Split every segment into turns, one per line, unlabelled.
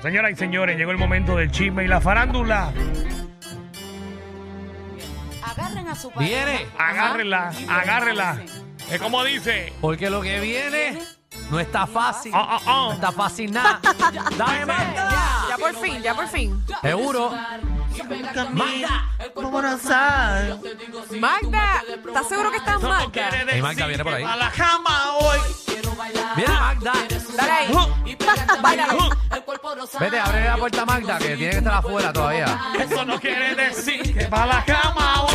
Señoras y señores, llegó el momento del chisme y la farándula.
Agarren a su pareja.
Viene.
Agárrela,
Ajá.
agárrela. Es como dice.
Porque lo que viene no está fácil.
Ah, ah,
No
ah.
está fácil nada. Dame manda.
Ya, ya por fin, ya por fin.
Seguro. Manda.
Magda, ¿estás seguro que estás
Eso no
Magda?
quiere
Ey, Magda,
decir
viene por
que
ahí.
pa' la cama hoy.
Viene Magda. Uh,
Dale ahí. Báilalo.
Vete, abre la puerta Magda, que tiene que estar afuera todavía.
Eso no quiere decir que para la cama hoy.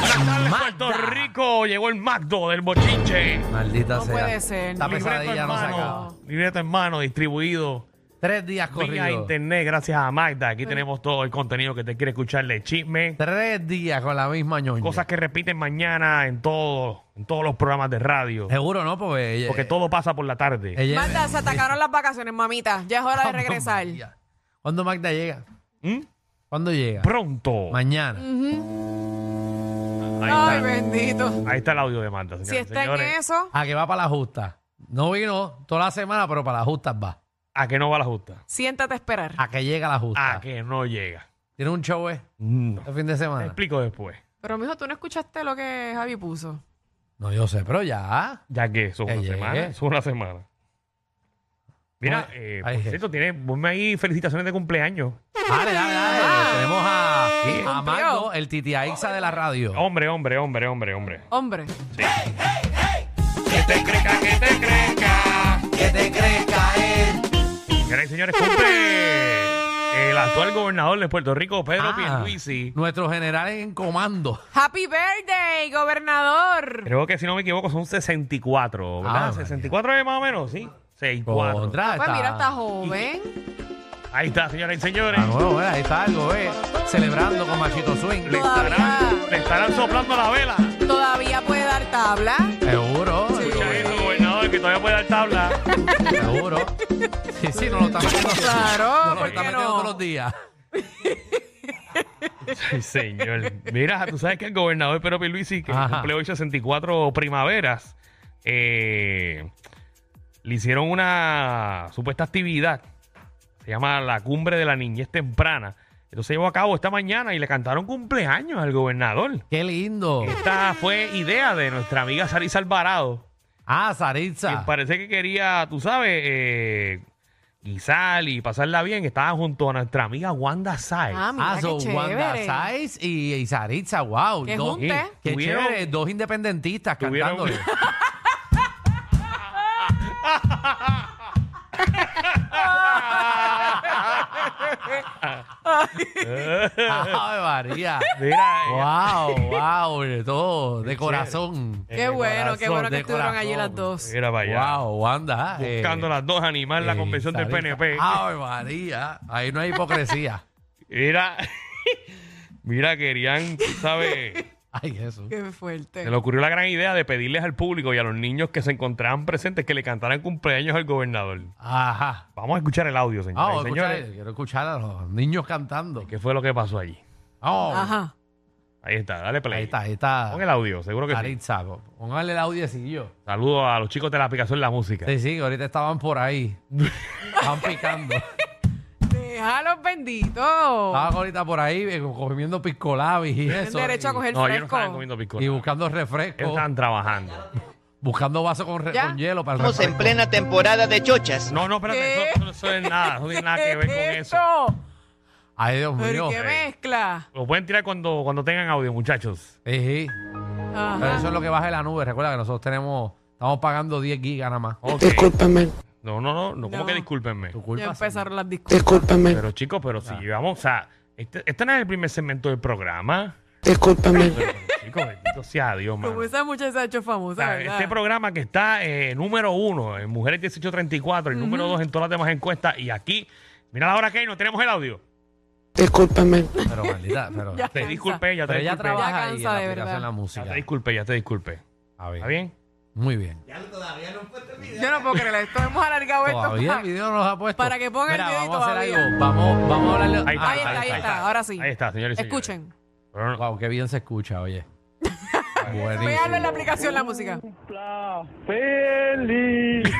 Buenas tardes,
Magda.
Puerto Rico. Llegó el Magdo del bochinche.
Maldita
No
sea.
puede ser.
Esta
Libreto
pesadilla
en
no se acaba.
mano. Libreto en mano, distribuido.
Tres días
Vía
corridos.
internet, gracias a Magda. Aquí tenemos todo el contenido que te quiere escuchar de chisme.
Tres días con la misma ñoña.
Cosas que repiten mañana en todo, en todos los programas de radio.
Seguro no, porque ella.
Porque todo pasa por la tarde.
ella-
Magda, se atacaron las vacaciones, mamita. Ya es hora de regresar.
¿Cuándo Magda llega?
¿Mm?
¿Cuándo llega?
Pronto.
Mañana.
Mm.
Ahí
Ay,
está.
bendito.
Ahí está el audio de Magda,
Si
señores.
está en eso,
A Ah, que va para la justa. No vino toda la semana, pero para las justas va.
A que no va la justa.
siéntate a esperar.
A que llega la
Ah,
justa.
A que no llega.
Tiene un show, eh,
No.
este fin de
Te
semana.
explico después.
Pero, mijo, tú no escuchaste lo que Javi puso.
No, yo sé, pero ya.
Ya que eso es
Que
una
llegue.
semana. Eso es una semana. Mira, eh, por
Ay, je-
cierto, tiene, ponme ahí felicitaciones de cumpleaños.
Dale, dale,
Ah.
dale. Tenemos
Sí.
a, a Magdo, el titiaixa de la radio.
Hombre, hombre, hombre, hombre, hombre.
Hombre,
Que te crezca, que te crezca.
Que te crezca él.
Señoras y señores, cumple el actual gobernador de Puerto Rico, Pedro
Ah.
Pierluisi.
Nuestro general en comando.
Happy Birthday, gobernador.
Creo que si no me equivoco son 64, ¿verdad?
Ah, María.
64 es más o menos, sí. 64.
Contra,
Pues
está-
mira, está joven.
Ahí está, señoras y señores.
Ah, bueno, eh, ahí está algo, eh. Celebrando con Machito Swing.
Le estarán,
todavía.
le estarán soplando la vela.
Todavía puede dar tabla.
Seguro.
Escucha eso, gobernador, que todavía puede dar tabla.
Seguro. Sí, sí, no lo está metiendo.
Claro,
nos lo
¿por
está
qué
metiendo todos
no?
los días.
Sí, señor. Mira, tú sabes que el gobernador Pedro Pierluisi, que
Ajá.
cumple hoy 64 primaveras, eh, le hicieron una supuesta actividad. Se llama la Cumbre de la Niñez Temprana. Entonces se llevó a cabo esta mañana y le cantaron cumpleaños al gobernador.
Qué lindo.
Esta fue idea de nuestra amiga Sarisa Alvarado.
Ah,
quien
Saritza.
parece que quería, tú sabes, eh, guisar y pasarla bien. Estaba junto a nuestra amiga Wanda Sáez.
Ah, mira,
Ah,
qué
so Wanda
chévere.
Saiz y, y Saritza, wow.
Que
dos-
Sí,
junte.
Qué
tuvieron-
chévere, dos independentistas
tuvieron-
cantando. ¡Ay, María!
Mira, ella-
¡Wow, wow! De todo, de
Qué
corazón.
Eh,
Qué bueno, qué
corazón,
bueno que
de
estuvieron allí
corazón.
las dos.
Mira para allá.
¡Wow, Wanda! eh,
Buscando las dos animar la
eh, Ah.
convención del
Saritza.
PNP.
¡Ay, María! Ahí no hay hipocresía.
Mira, mira, querían, tú ¿sabes?
¡Ay, Jesús!
Qué fuerte.
Se le ocurrió la gran idea de pedirles al público y a los niños que se encontraban presentes que le cantaran cumpleaños al gobernador.
¡Ajá!
Vamos a escuchar el audio,
Ah,
señores.
voy a escuchar-
señores,
quiero escuchar a los niños cantando.
¿qué fue lo que pasó allí?
Vamos.
Ajá.
Ahí está, dale play.
Ahí está, ahí está.
Pon el audio, seguro que sí.
Saritza, po- póngale el audiecillo.
Saludos a los chicos de la aplicación La Música.
Sí, sí, que ahorita estaban por ahí. Estaban picando.
Déjalos
Ah,
benditos.
Estaban ahorita por ahí eh, comiendo piscolabis y
Tienen
eso.
derecho
y,
a coger
No, ellos no
fresco.
estaban comiendo pisco.
y
Ellos
buscando refresco,
estaban trabajando.
buscando vasos con, re-
¿Ya?
con hielo para el
Estamos en
refresco.
plena temporada de chochas.
No, no, espérate,
¿Qué?
eso, eso es nada, eso no tiene nada que ver con eso. eh.
Esto.
Ay, Dios
Pero
mío.
qué mezcla.
Lo pueden tirar cuando, cuando tengan audio, muchachos.
Sí, sí. Pero
Ajá.
eso es lo que baja de la nube. Recuerda que nosotros tenemos, estamos pagando 10 gigas nada más.
Ok.
Discúlpame,
No, no, no, no, ¿cómo
No.
que discúlpenme?
Tu
Ya
culpa.
empezaron las discusiones.
discúlpame,
Pero chicos, pero si llevamos, o sea, este, este no es el primer segmento del programa.
discúlpame.
Pero, chicos, bendito sea Dios, mano.
Como esa muchacha se ha hecho
O
famosa,
sea,
¿verdad?
este programa que está eh, número uno en Mujeres 1834, el número dos en todas las demás encuestas, y aquí, mira la hora que hay, no tenemos el audio.
Discúlpame,
sí. Pero maldita, pero,
Ya.
Te
Cansa.
disculpe, ya te
pero ella
disculpé.
trabaja
Ya
ahí en
cansa
la
de
aplicación
verdad.
la
Ya
música.
te disculpe, ya te disculpe.
A ver,
¿Está bien?
Muy bien.
Yo no puedo creer esto. Hemos alargado
Todavía el
esto.
video no los ha puesto.
Para que ponga el
Mira,
video y
vamos a hacer
todavía.
algo. Vamos, vamos a hablarle.
Ahí
pa- Ahí
está,
está, ahí está. Ahora sí.
Ahí está, señores. y señores.
Escuchen.
Pero no-
Wow, qué bien se escucha, oye.
Veanlo en la
Buenísimo.
aplicación la música.
feliz.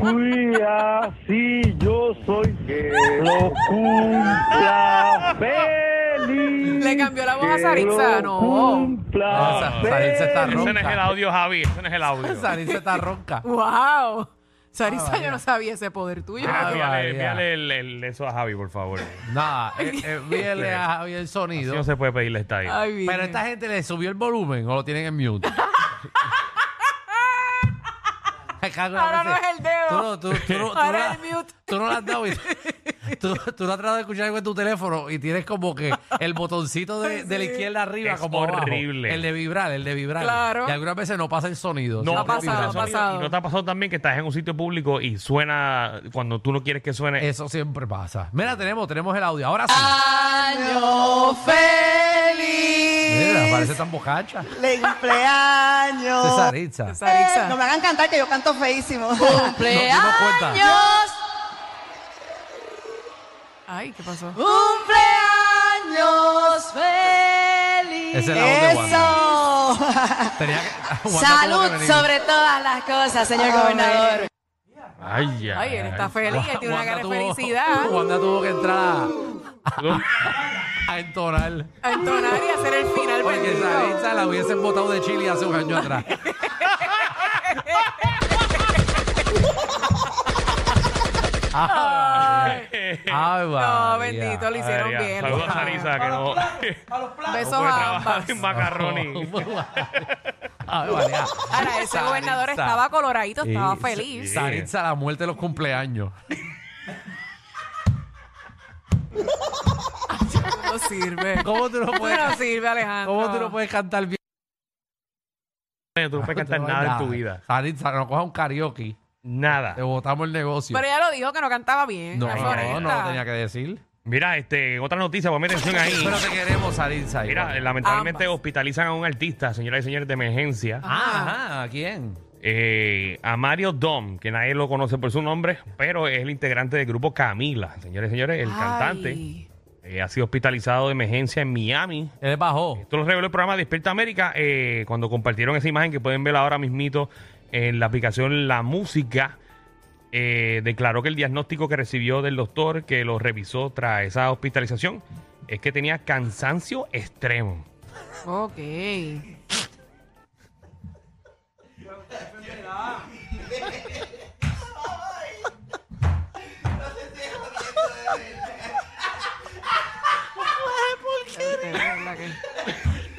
cuida si yo soy que lo cumpla feliz.
Le cambió la voz a
Que
Saritza,
lo
no.
No,
Cumpla
Sa- Saritza está
feliz.
Ah, Ese no es
ronca.
el audio, Javi. Ese no es el audio.
Saritza está ronca.
¡Wow! Sarisa,
Ah,
yo no sabía ese poder tuyo.
Ah, Envíale
María.
envíale el- el- eso a Javi, por favor. Así
Nada, eh, eh, envíele a Javi el sonido.
no se puede pedirle esta ahí.
Ay,
Pero
Virgen.
esta gente le subió el volumen o lo tienen en mute. Me cago en la
Ahora no
leche.
es el dedo.
Tú no, tú, tú no- tú
Ahora
no la-
es el mute.
Tú no la has dado. y- tú, tú no has tratado de escuchar algo en tu teléfono y tienes como que el botoncito de, de la izquierda arriba
Es
como abajo.
horrible.
El de vibrar, el de vibrar.
Claro.
Y algunas veces no pasa el sonido.
No,
sino
ha
no
que
pasado,
tiene
vibra.
ha
sonido.
pasado.
Y no te ha pasado también que estás en un sitio público y suena cuando tú no quieres que suene.
Eso siempre pasa. Mira, tenemos, tenemos el audio. Ahora sí.
Año feliz.
Mira, parece tan bocacha.
Le cumpleaños.
Cesaritza.
Saritza.
No me hagan cantar que yo canto feísimo.
No, no cuenta.
Cumpleaños.
Ay, ¿qué pasó?
Cumpleaños
Ese es el
feliz.
audio de Wanda.
Eso.
Tenía que- Wanda tuvo que
Salud
venir.
sobre todas las cosas, señor gobernador.
Ay, ya.
Ay, él está feliz, él tiene una
Wanda
cara de
tuvo-
felicidad.
Wanda tuvo que entrar a, a entonar.
A entonar y hacer el final.
Porque
bendito.
Saritza la hubiesen botado de Chile hace un año atrás. Ay,
No,
María.
bendito, lo hicieron
Ay, ya.
bien.
Saludos a Sarisa, que no.
Besos
no puede
a
trabajar
ambas.
en macarroni.
Ay, María.
Ahora, ese gobernador
Saritza.
estaba coloradito, estaba
Sí,
feliz.
Saritza, la muerte de los cumpleaños.
No sirve.
¿Cómo tú no
Tú
puedes,
no sirve, Alejandro.
cómo tú no puedes cantar bien?
Tú no puedes cantar
No,
nada en tu vida.
Saritza, no coja un karaoke.
Nada.
Te botamos el negocio.
Pero ella lo dijo que no cantaba bien.
No,
la
no,
floresta.
no lo tenía que decir.
Mira, este, otra noticia, ponme atención ahí.
Pero te queremos, Saritza.
Mira, eh,
igual.
lamentablemente
Ambas.
hospitalizan a un artista, señoras y señores, de emergencia.
Ajá, ¿a quién?
Eh, a Mario Dom, que nadie lo conoce por su nombre, pero es el integrante del grupo Camila. Señores y señores, el
Ay.
cantante eh, ha sido hospitalizado de emergencia en Miami.
Él bajó.
Esto lo reveló el programa Despierta América eh, cuando compartieron esa imagen que pueden ver ahora mismito en la aplicación La Música. eh, declaró que el diagnóstico que recibió del doctor que lo revisó tras esa hospitalización es que tenía cansancio extremo.
Ok.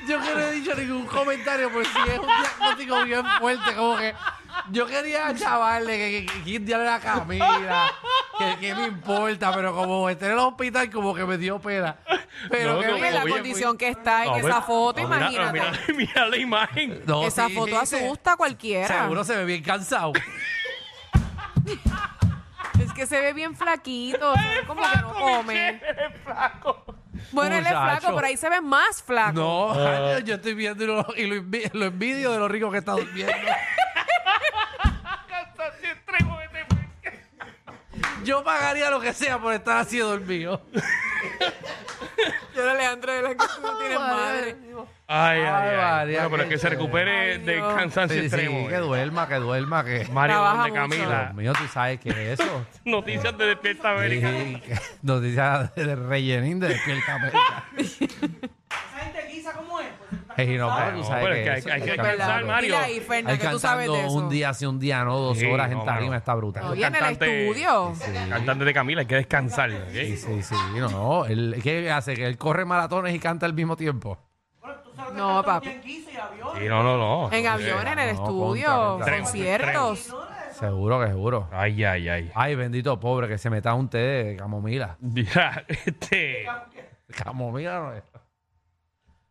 Yo que no he dicho ningún comentario, porque si es un diagnóstico bien fuerte, como que yo quería chavarle que, que, que quién diablo era Camila, que, que me importa, pero como estar en el hospital como que me dio pena. Pero
No,
que
no,
Oye, la
Oye,
condición que está en
No,
esa
pero-
foto,
no, mira-
imagínate.
Mira, mira la imagen.
No,
esa
Oh, sí,
foto
sí, se-
asusta a cualquiera.
Seguro se ve bien cansado.
Es que se ve bien flaquito, se ve como que no come. Bueno, él es
Muchacho.
flaco, pero ahí se ve más flaco.
No, yo estoy viendo y lo, y lo envi- lo envidio de lo rico que está durmiendo. Yo pagaría lo que sea por estar así dormido.
Yo era Alejandro de la que tú no tienes madre.
Ay, ay,
Ay,
ay.
María,
Bueno, pero
qué
que se
chévere.
recupere
Ay,
de
Dios.
cansancio
Sí, sí,
extremo. eh.
que duerma, que duerma, que...
Mario
Trabaja
de Camila.
Dios mío, tú sabes qué es eso.
Noticias de Despierta
Sí,
América.
que- Noticias de rellenín de despierta América. Ey, no, pero tú
No,
sabes
pero
que
es que hay-
eso-
hay que
hay que
descansar,
hablarlo.
Mario.
Mira ahí, Fernan,
Hay
que tú sabes
cantando
de eso.
un día sí, un día no, dos
Sí,
horas
no,
en tarima
mano.
está brutal.
Oye, en el
cantante-
estudio.
Cantante de Camila, hay que descansar. ¿ok?
Sí, sí, sí. No, no. Él, ¿Qué hace? Que él corre maratones y canta al mismo tiempo.
No, papi.
Sí, no, no, no.
En avión, en el
no,
estudio,
contra, contra.
conciertos.
Seguro que seguro.
Ay, ay, ay.
Ay, bendito pobre, que se meta un té de camomila.
Mira, este.
Camomila no es.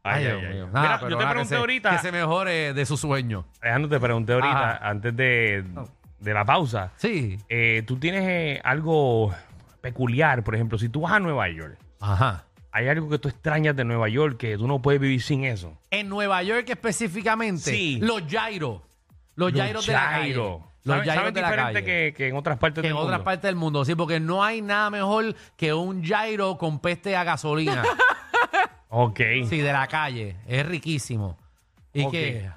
Ay, ay,
Dios
ay.
mío.
Mira,
Nada, pero
yo te
nada,
pregunté
que se,
ahorita.
Que se mejore de su sueño.
Alejandro, te pregunté ahorita,
Ajá.
antes de, de la pausa.
Sí.
eh, Tú tienes eh, algo peculiar, por ejemplo, si tú vas a Nueva York,
Ajá.
hay algo que tú extrañas de Nueva York que tú no puedes vivir sin eso.
En Nueva York específicamente,
Sí.
los gyros. Los gyros de la calle.
gyros.
Los
¿Saben-
gyros
saben
de la
diferente
calle.
Que, que en otras partes
Que en
del
otras
mundo?
partes del mundo, sí, porque no hay nada mejor que un gyro con peste a gasolina.
Ok.
sí, de la calle. Es riquísimo. Y
Ok.
que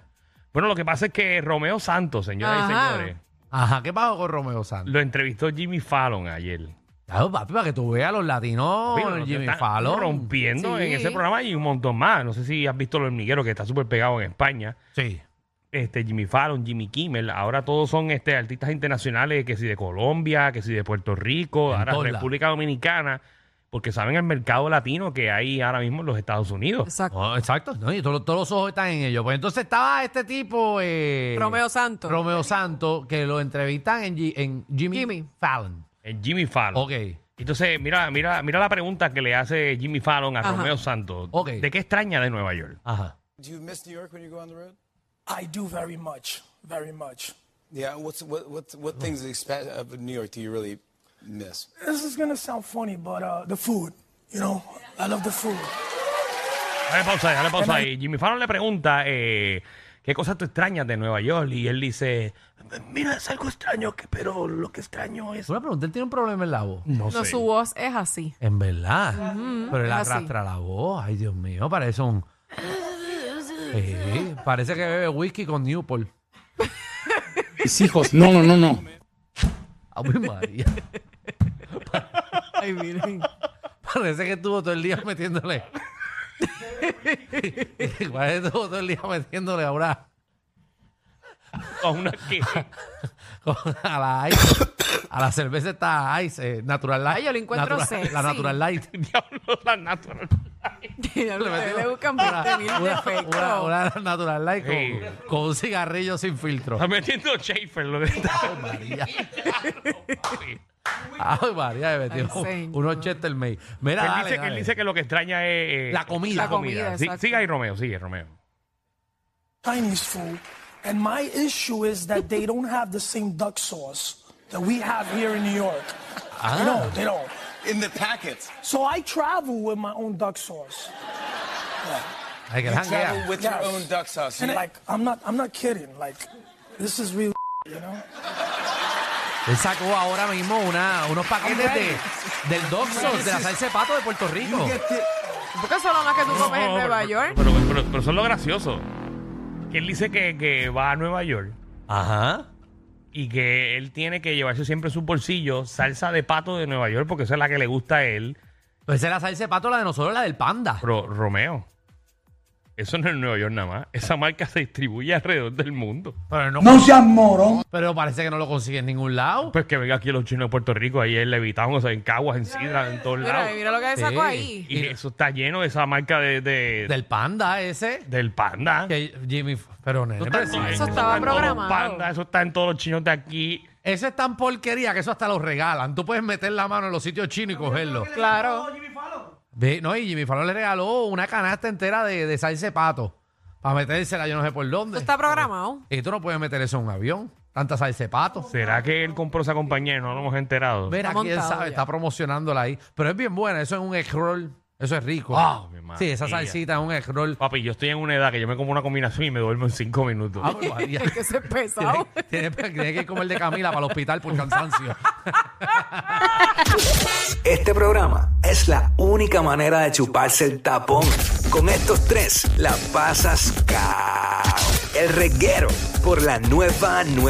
Bueno, lo que pasa es que Romeo Santos, señoras y
Ajá.
señores,
Ajá, ¿qué pasó con Romeo Santos?
Lo entrevistó Jimmy Fallon ayer.
Claro, papi, para que tú veas los latinos,
Mira, los
Oh, Jimmy
están
Fallon.
Rompiendo
Sí.
en ese programa y un montón más. No sé si has visto el hormiguero que está súper pegado en España.
Sí.
Este, Jimmy Fallon, Jimmy Kimmel. Ahora todos son este, artistas internacionales, que si de Colombia, que si de Puerto Rico,
En
ahora
todos
República Dominicana, porque saben el mercado latino que hay ahora mismo en los Estados Unidos.
Exacto.
No, exacto, ¿no? Y todos, todos los ojos están en ellos. Pues entonces estaba este tipo. eh,
Romeo Santos.
Romeo Santos, que lo entrevistan en, Gi- en Jimmy,
Jimmy.
Fallon.
El Jimmy Fallon.
Ok.
Entonces, mira, mira, mira la pregunta que le hace Jimmy Fallon a
Ajá.
Romeo Santos.
Ok.
¿De qué extraña de Nueva York?
Ajá.
Do you miss New York when you go on the road?
I do very much, very much.
Yeah. What's what what what things expa- of New York do you really miss?
This is gonna sound funny, but uh, the food, you know, I love the food.
Dale pausa ahí, dale pausa ahí. Jimmy Fallon le pregunta eh, qué cosas tú extrañas de Nueva York y él dice,
Mira, es algo extraño, que, pero lo que extraño es
Es una pregunta, él tiene un problema en la voz.
no,
No,
sé.
su voz es así.
En verdad. Pero él
es así.
arrastra la voz. Ay, Dios mío, parece un. Sí, parece que bebe whisky con Newport.
Mis hijos. No, no, no, no.
Ave María.
Ay, miren.
Parece que estuvo todo el día metiéndole. Parece que estuvo todo el día metiéndole ahora
Con una que-
con- a la ice. A la cerveza está ice, eh, natural light.
Ay, yo lo encuentro
Natural- La
sexy.
natural light.
Diablo, la natural.
Ya ustedes le buscan 20 mil defectos.
Una, una natural light con,
Sí.
con un cigarrillo sin filtro.
Está metiendo Schaefer. Lo que está-
María. Ay, María, me metió
Ay, señor.
unos Chester May. Mira,
él,
dale,
dice, que él
dale.
dice que lo que extraña es... eh,
La comida.
La comida.
comida,
Sí,
exacto.
sigue ahí, Romeo, sigue, Romeo.
Chinese food. And my issue is that they don't have the same duck sauce that we have here in New York. No, they don't.
In the packets.
So I travel with my own duck sauce.
Ay, que
You
la janguea.
travel with
Yes.
your own duck sauce.
And like, I'm not, I'm not kidding. Like, this is real, you know?
Él sacó ahora mismo una, unos paquetes de, del Dog Sauce, de la salsa de pato de Puerto Rico.
Porque eso es lo más que tú comes en
No, pero-
Nueva York.
Pero, pero, pero- pero eso es lo gracioso. Que él dice que, que va a Nueva York
Ajá.
y que él tiene que llevarse siempre en su bolsillo salsa de pato de Nueva York porque esa es la que le gusta a él.
Pues esa es la salsa de pato, la de nosotros, la del panda.
Pero, Romeo, eso no es Nueva York nada más. Esa marca se distribuye alrededor del mundo.
Pero, no,
No seas morón.
pero parece que no lo consigue en ningún lado.
Pues que venga aquí los chinos de Puerto Rico, ahí en Levitown, o sea, en Caguas, en Sidra, en todos
Mira,
lados.
mira lo que sacó
Sí.
ahí.
Y eso está lleno de esa marca de, de-
Del panda ese.
del panda.
Que Jimmy. Pero nene,
Eso
pero
está-
sí,
eso
está en
estaba
todos los
programado.
pandas, eso está en todos los chinos de aquí.
Eso es tan porquería que eso hasta lo regalan. Tú puedes meter la mano en los sitios chinos y cogerlo.
Claro.
Ve, No, y Jimmy Fallon le regaló una canasta entera de, de salsa de pato. Para metérsela, yo no sé por dónde.
Eso está programado.
Y tú no puedes meter eso en un avión. Tanta salsa de pato.
¿Será que él compró esa compañía y no lo hemos enterado?
Mira,
Está
quién
montado
sabe,
ya.
está promocionándola ahí. Pero es bien buena, eso es un egg roll. Eso es rico.
Ah, mi madre.
sí, esa salsita es un egg roll.
Papi, yo estoy en una edad que yo me como una combinación y me duermo en cinco minutos.
Ah, pues, María.
Hay que ser pesado.
Tiene, tiene- tiene que comer de Camila para el hospital por cansancio.
Este programa es la única manera de chuparse el tapón. Con estos tres, la pasas cao. El reguero por la nueva nueva.